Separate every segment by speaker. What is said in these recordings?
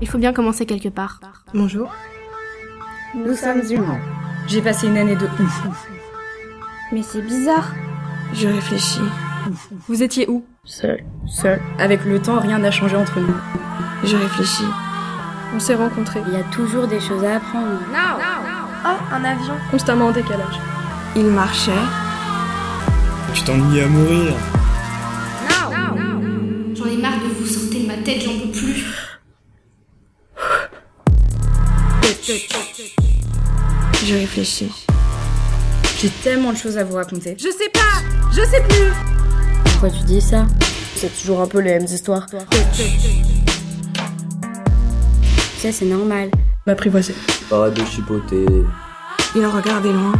Speaker 1: Il faut bien commencer quelque part.
Speaker 2: Bonjour.
Speaker 3: Nous sommes humains. J'ai passé une année de ouf.
Speaker 4: Mais c'est bizarre.
Speaker 2: Je réfléchis.
Speaker 3: Vous étiez où
Speaker 2: Seul. Seul.
Speaker 3: Avec le temps, rien n'a changé entre nous.
Speaker 2: Je réfléchis.
Speaker 3: On s'est rencontrés.
Speaker 4: Il y a toujours des choses à apprendre.
Speaker 5: Now. Now. Oh, un avion.
Speaker 3: Constamment en décalage.
Speaker 2: Il marchait.
Speaker 6: Tu t'ennuies à mourir.
Speaker 7: J'en ai marre de vous sortez de ma tête, j'en peux plus.
Speaker 2: Je réfléchis.
Speaker 3: J'ai tellement de choses à vous raconter.
Speaker 5: Je sais pas Je sais plus
Speaker 4: Pourquoi tu dis ça
Speaker 3: C'est toujours un peu les mêmes histoires.
Speaker 4: Ça, c'est normal.
Speaker 3: M'apprivoiser.
Speaker 8: Pas de chipoter.
Speaker 2: Il en regardait loin.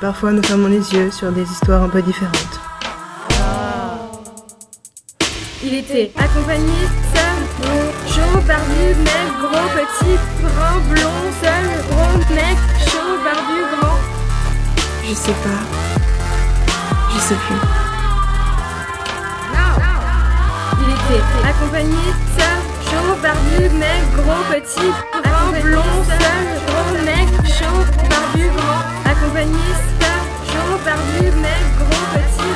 Speaker 2: Parfois, nous fermons les yeux sur des histoires un peu différentes.
Speaker 5: Il était accompagné, seul, bon, chaud, barbu, mec, gros, petit, brun, blond, seul, gros, mec, chaud, barbu, grand.
Speaker 2: Je sais pas. Je sais plus.
Speaker 5: Il était accompagné, seul, chaud, barbu, mec, gros, petit, brun, blond, seul, gros, mec, chaud, barbu, grand. Accompagné, seul, chaud, barbu, mec, gros, petit,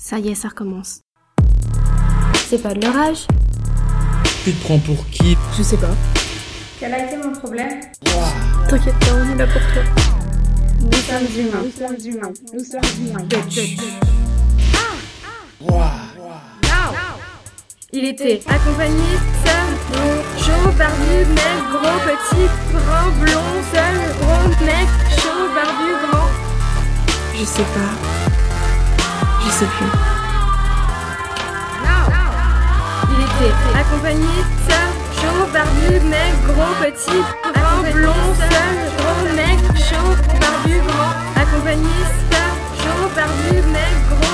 Speaker 1: Ça y est, ça recommence.
Speaker 4: C'est pas de leur âge.
Speaker 6: Tu te prends pour qui
Speaker 3: Je sais pas.
Speaker 5: Quel a été mon problème
Speaker 3: wow. T'inquiète pas, on est là pour toi. Nous sommes humains, nous sommes humains, nous sommes humains.
Speaker 5: Ah, ah. Wow. Wow. Now. Il était accompagné, seul, blond, chaud, barbu, mec, gros, petit, brun, blond, seul, gros, mec, chaud, barbu, grand.
Speaker 2: Je sais pas. Je sais plus.
Speaker 5: Il était accompagné, seul, chaud, barbu, mec, gros, petit, brun, blond, seul, gros, mec, chaud, barbu, grand. Accompagné, seul, chaud, barbu, mec, gros.